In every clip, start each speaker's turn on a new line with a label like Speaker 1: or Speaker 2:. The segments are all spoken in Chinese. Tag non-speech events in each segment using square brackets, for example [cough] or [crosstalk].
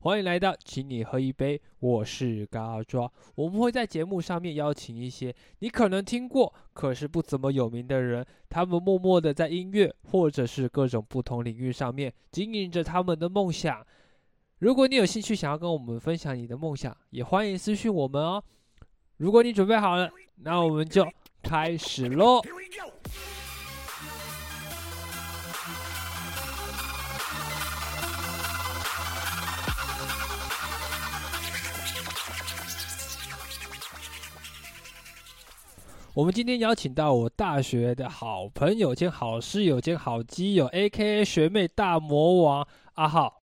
Speaker 1: 欢迎来到，请你喝一杯，我是嘎抓。我们会在节目上面邀请一些你可能听过，可是不怎么有名的人，他们默默的在音乐或者是各种不同领域上面经营着他们的梦想。如果你有兴趣想要跟我们分享你的梦想，也欢迎私讯我们哦。如果你准备好了，那我们就开始喽。我们今天邀请到我大学的好朋友兼好室友兼好基友，A.K.A 学妹大魔王阿浩。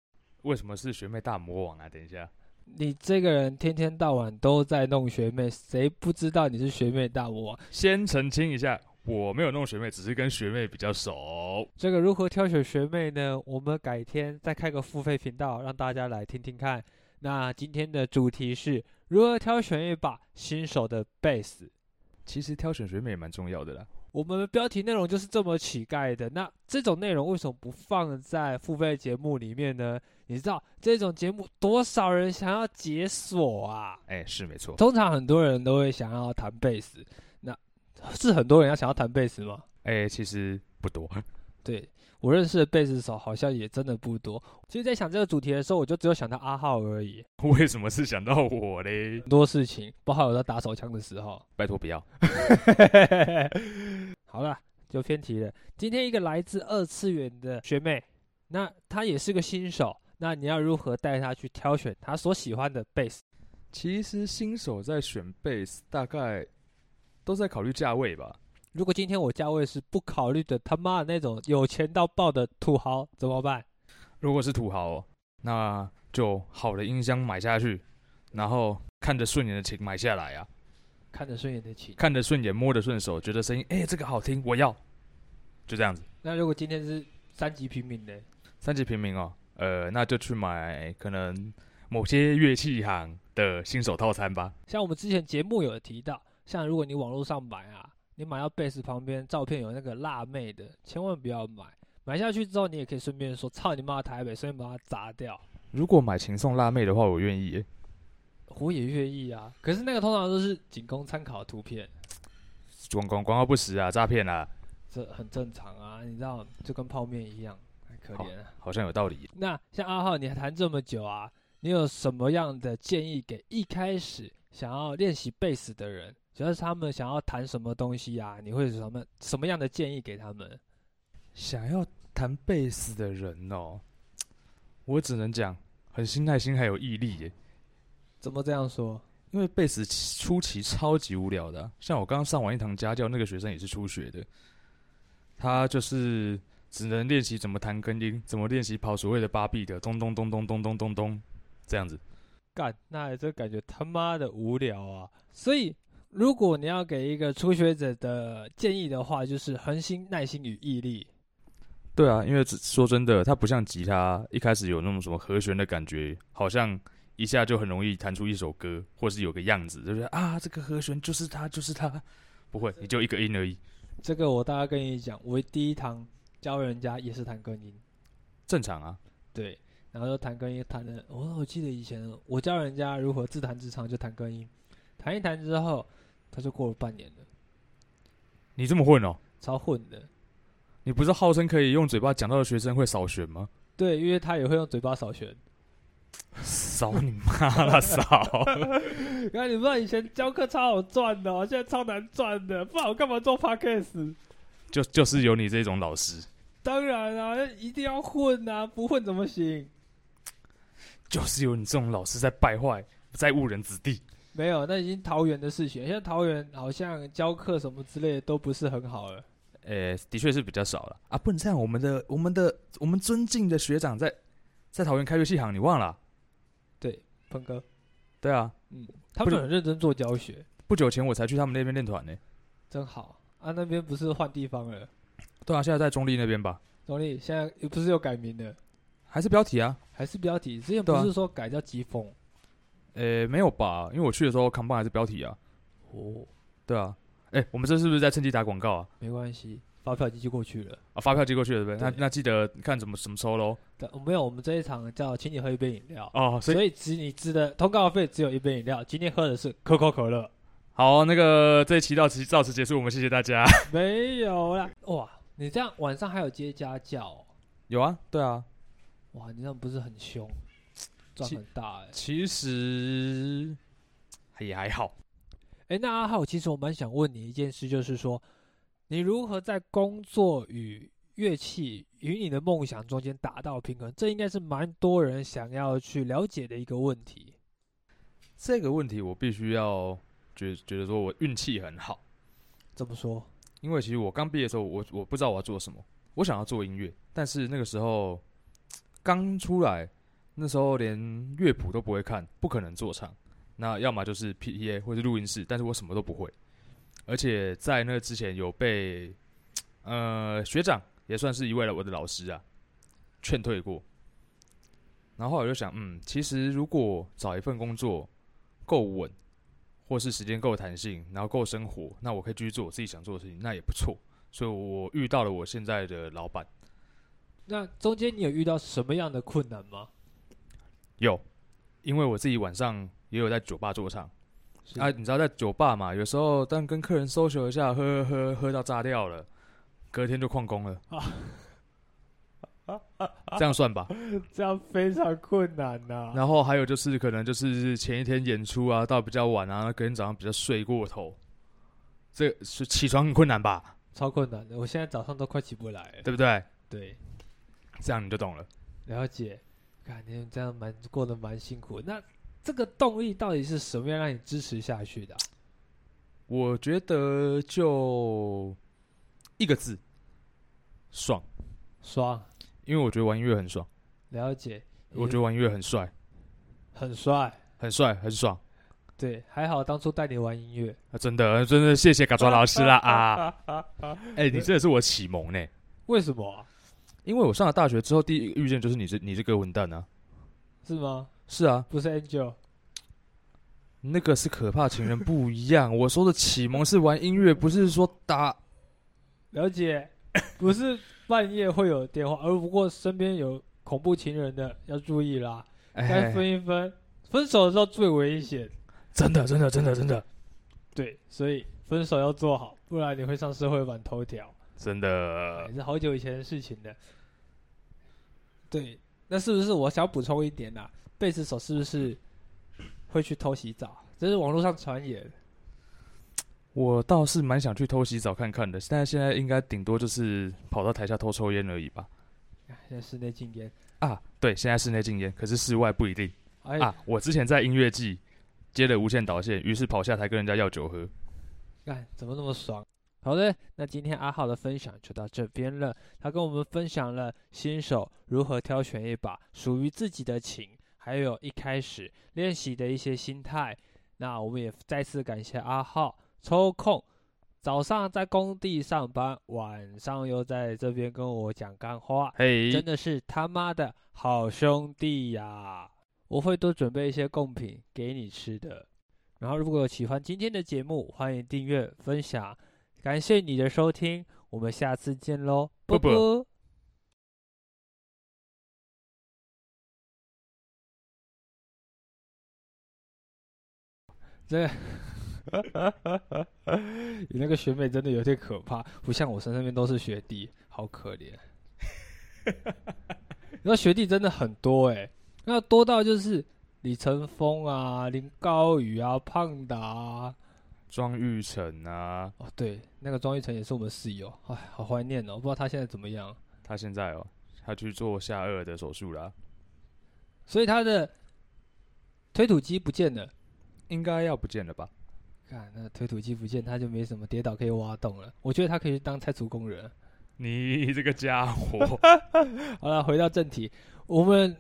Speaker 2: 为什么是学妹大魔王啊？等一下，
Speaker 1: 你这个人天天到晚都在弄学妹，谁不知道你是学妹大魔王？
Speaker 2: 先澄清一下，我没有弄学妹，只是跟学妹比较熟。
Speaker 1: 这个如何挑选学妹呢？我们改天再开个付费频道，让大家来听听看。那今天的主题是如何挑选一把新手的贝斯。
Speaker 2: 其实挑选学妹也蛮重要的啦。
Speaker 1: 我们的标题内容就是这么乞丐的。那这种内容为什么不放在付费节目里面呢？你知道这种节目多少人想要解锁啊？
Speaker 2: 哎，是没错。
Speaker 1: 通常很多人都会想要弹贝斯，那是很多人要想要弹贝斯吗？
Speaker 2: 哎，其实不多。 [laughs]
Speaker 1: 对我认识的贝斯手好像也真的不多。其实，在想这个主题的时候，我就只有想到阿浩而已。
Speaker 2: 为什么是想到我嘞
Speaker 1: 很？多事情，包括我在打手枪的时候，
Speaker 2: 拜托不要。
Speaker 1: [laughs] 好了，就偏题了。今天一个来自二次元的学妹，那她也是个新手，那你要如何带她去挑选她所喜欢的贝斯？
Speaker 2: 其实新手在选贝斯，大概都在考虑价位吧。
Speaker 1: 如果今天我价位是不考虑的，他妈的那种有钱到爆的土豪怎么办？
Speaker 2: 如果是土豪、哦，那就好的音箱买下去，然后看着顺眼的琴买下来啊，
Speaker 1: 看得顺眼的起。
Speaker 2: 看着顺眼，摸得顺手，觉得声音哎这个好听，我要，就这样子。
Speaker 1: 那如果今天是三级平民呢？
Speaker 2: 三级平民哦，呃，那就去买可能某些乐器行的新手套餐吧。
Speaker 1: 像我们之前节目有提到，像如果你网络上买啊，你买到贝斯旁边照片有那个辣妹的，千万不要买。买下去之后，你也可以顺便说“操你妈的台北”，顺便把它砸掉。
Speaker 2: 如果买琴送辣妹的话，我愿意耶。
Speaker 1: 我也愿意啊，可是那个通常都是仅供参考图片，
Speaker 2: 广广广告不实啊，诈骗啊，
Speaker 1: 这很正常啊，你知道，就跟泡面一样，哎可怜啊。
Speaker 2: 好像有道理。
Speaker 1: 那像阿浩，你谈这么久啊，你有什么样的建议给一开始想要练习贝斯的人？主要是他们想要弹什么东西啊？你会有什么什么样的建议给他们？
Speaker 2: 想要弹贝斯的人哦，我只能讲很心耐心还有毅力耶，
Speaker 1: 怎么这样说？
Speaker 2: 因为贝斯初期超级无聊的啊、像我刚刚上完一堂家教，那个学生也是初学的，他就是只能练习怎么弹根音，怎么练习跑所谓的八 B 的咚咚咚咚咚咚咚咚这样子。
Speaker 1: 干，那这感觉他妈的无聊啊！所以，如果你要给一个初学者的建议的话，就是恒心、耐心与毅力。
Speaker 2: 对啊，因为只说真的，它不像吉他一开始有那种什么和弦的感觉，好像一下就很容易弹出一首歌，或是有个样子，就是啊，这个和弦就是它，就是它。不会，你就一个音而已，
Speaker 1: 这个我大概跟你讲，我第一堂教人家也是弹根音，
Speaker 2: 正常啊。
Speaker 1: 对，然后就弹根音，弹的哦我我记得以前我教人家如何自弹自唱，就弹根音，弹一弹之后，他就过了半年了，
Speaker 2: 你这么混哦，
Speaker 1: 超混的。
Speaker 2: 你不是号称可以用嘴巴讲到的学生会少选吗？
Speaker 1: 对，因为他也会用嘴巴扫 [laughs] 弦。
Speaker 2: [laughs] 扫你妈了，扫！
Speaker 1: 然后你不知道以前教课超好赚的、哦，现在超难赚的，不然我干嘛做 podcast？
Speaker 2: 就就是有你这种老师，
Speaker 1: 当然啊，一定要混啊，不混怎么行？
Speaker 2: 就是有你这种老师在败坏，在误人子弟。
Speaker 1: 没有，那已经桃园的事情。现在桃园好像教课什么之类的都不是很好了。
Speaker 2: 呃，的确是比较少了啊，不能这样。我们的、我们的、我们尊敬的学长在在桃园开乐器行，你忘了啊？
Speaker 1: 对，鹏哥，
Speaker 2: 对啊，
Speaker 1: 嗯，他
Speaker 2: 不
Speaker 1: 们
Speaker 2: 是
Speaker 1: 很认真做教学，
Speaker 2: 不久前我才去他们那边练团呢。
Speaker 1: 真好啊。那边不是换地方了，
Speaker 2: 对啊，现在在中立那边吧？
Speaker 1: 总理现在又不是又改名了，
Speaker 2: 还是标题啊？
Speaker 1: 还是标题？之前
Speaker 2: 对
Speaker 1: 不
Speaker 2: 啊
Speaker 1: 是说改叫疾风、
Speaker 2: 呃，没有吧？因为我去的时候康棒还是标题啊。
Speaker 1: 哦，
Speaker 2: 对啊，哎，我们这是不是在趁机打广告啊？
Speaker 1: 没关系，发票已经寄过去了。
Speaker 2: 啊，发票寄过去了对不对？那
Speaker 1: 对
Speaker 2: 那记得看怎么怎么抽喽。
Speaker 1: 对，没有，我们这一场叫请你喝一杯饮料，
Speaker 2: 哦，所以
Speaker 1: 所以只你支的通告费只有一杯饮料，今天喝的是可口可乐，
Speaker 2: 好，那个这一期到此到此结束，我们谢谢大家。
Speaker 1: 没有啦。哇，你这样晚上还有接家教哦、
Speaker 2: [laughs] 有啊，对啊，
Speaker 1: 哇，你这样不是很凶，赚
Speaker 2: 其
Speaker 1: 很大哎、
Speaker 2: 其实也还好。
Speaker 1: 诶，那阿浩，其实我蛮想问你一件事，就是说，你如何在工作与乐器与你的梦想中间达到平衡？这应该是蛮多人想要去了解的一个问题。
Speaker 2: 这个问题我必须要觉觉得说我运气很好，
Speaker 1: 怎么说？
Speaker 2: 因为其实我刚毕业的时候，我我不知道我要做什么，我想要做音乐，但是那个时候刚出来，那时候连乐谱都不会看，不可能做唱。那要么就是 PTA 或是录音室，但是我什么都不会。而且在那之前有被呃学长也算是一位了我的老师啊劝退过。然后我就想，嗯，其实如果找一份工作够稳，或是时间够弹性，然后够生活，那我可以继续做我自己想做的事情，那也不错。所以我遇到了我现在的老板，
Speaker 1: 那中间你有遇到什么样的困难吗？
Speaker 2: 有，因为我自己晚上也有在酒吧驻唱
Speaker 1: 是
Speaker 2: 啊，你知道在酒吧嘛，有时候但跟客人 social 一下，喝喝喝喝到炸掉了，隔天就旷工了， [laughs] 这样算吧。
Speaker 1: 这样非常困难啊呐、
Speaker 2: 然后还有就是可能就是前一天演出啊，到比较晚啊，隔天早上比较睡过头，这是起床很困难吧，
Speaker 1: 超困难的，我现在早上都快起不来了。
Speaker 2: 对不对？
Speaker 1: 对，
Speaker 2: 这样你就懂了。
Speaker 1: 了解。感觉这样蛮过得蛮辛苦。那这个动力到底是什么样让你支持下去的啊、
Speaker 2: 我觉得就一个字，爽。
Speaker 1: 爽，
Speaker 2: 因为我觉得玩音乐很爽，
Speaker 1: 了解。
Speaker 2: 我觉得玩音乐很帅，
Speaker 1: 很帅。
Speaker 2: 很帅，很爽。
Speaker 1: 对，还好当初带你玩音乐。
Speaker 2: 啊、真的，真的，谢谢嘎抓老师啦啊！哎、你真的是我启蒙呢，
Speaker 1: 为什么啊、
Speaker 2: 因为我上了大学之后，第一个遇见就是你这你这个混蛋啊！
Speaker 1: 是吗？
Speaker 2: 是啊，
Speaker 1: 不是 Angel，
Speaker 2: 那个是可怕情人不一样。我说的启蒙是玩音乐，不是说打
Speaker 1: 了
Speaker 2: [coughs]
Speaker 1: 解，不是半夜会有电话，而不过身边有恐怖情人的要注意啦，该
Speaker 2: 哎，
Speaker 1: 分一分，分手的时候最危险。
Speaker 2: 真的，真的，真的，真的，
Speaker 1: 对，所以分手要做好，不然你会上社会版头条，
Speaker 2: 真的
Speaker 1: 也。是好久以前的事情了。对，那是不是我想补充一点啊？贝斯手是不是会去偷洗澡？这是网络上传言。
Speaker 2: 我倒是蛮想去偷洗澡看看的，但是现在应该顶多就是跑到台下偷抽烟而已吧。
Speaker 1: 哎现在室内禁烟，
Speaker 2: 啊，对，现在室内禁烟，可是室外不一定
Speaker 1: 哎，
Speaker 2: 啊。我之前在音乐季接了无限导线，于是跑下台跟人家要酒喝。
Speaker 1: 哎，怎么那么爽？好的，那今天阿浩的分享就到这边了。他跟我们分享了新手如何挑选一把属于自己的琴，还有一开始练习的一些心态。那我们也再次感谢阿浩抽空，早上在工地上班，晚上又在这边跟我讲干话。
Speaker 2: 嘿、
Speaker 1: 真的是他妈的好兄弟呀、我会多准备一些贡品给你吃的。然后，如果有喜欢今天的节目，欢迎订阅、分享，感谢你的收听，我们下次见喽，啵
Speaker 2: 啵
Speaker 1: 啵。这， [laughs] 你那个学妹真的有点可怕，不像我身边都是学弟，好可 [laughs] 怜。那学弟真的很多哎、那多到就是李晨风啊、林高宇啊、胖达啊，
Speaker 2: 庄玉成啊，
Speaker 1: 哦对，那个庄玉成也是我们室友，哎，好怀念哦，不知道他现在怎么样。
Speaker 2: 他现在哦，他去做下颚的手术啦，
Speaker 1: 所以他的推土机不见了，
Speaker 2: 应该要不见了吧？
Speaker 1: 看那推土机不见，他就没什么跌倒可以挖洞了。我觉得他可以去当拆除工人。
Speaker 2: [laughs] 你这个家伙，
Speaker 1: 好了，回到正题，我们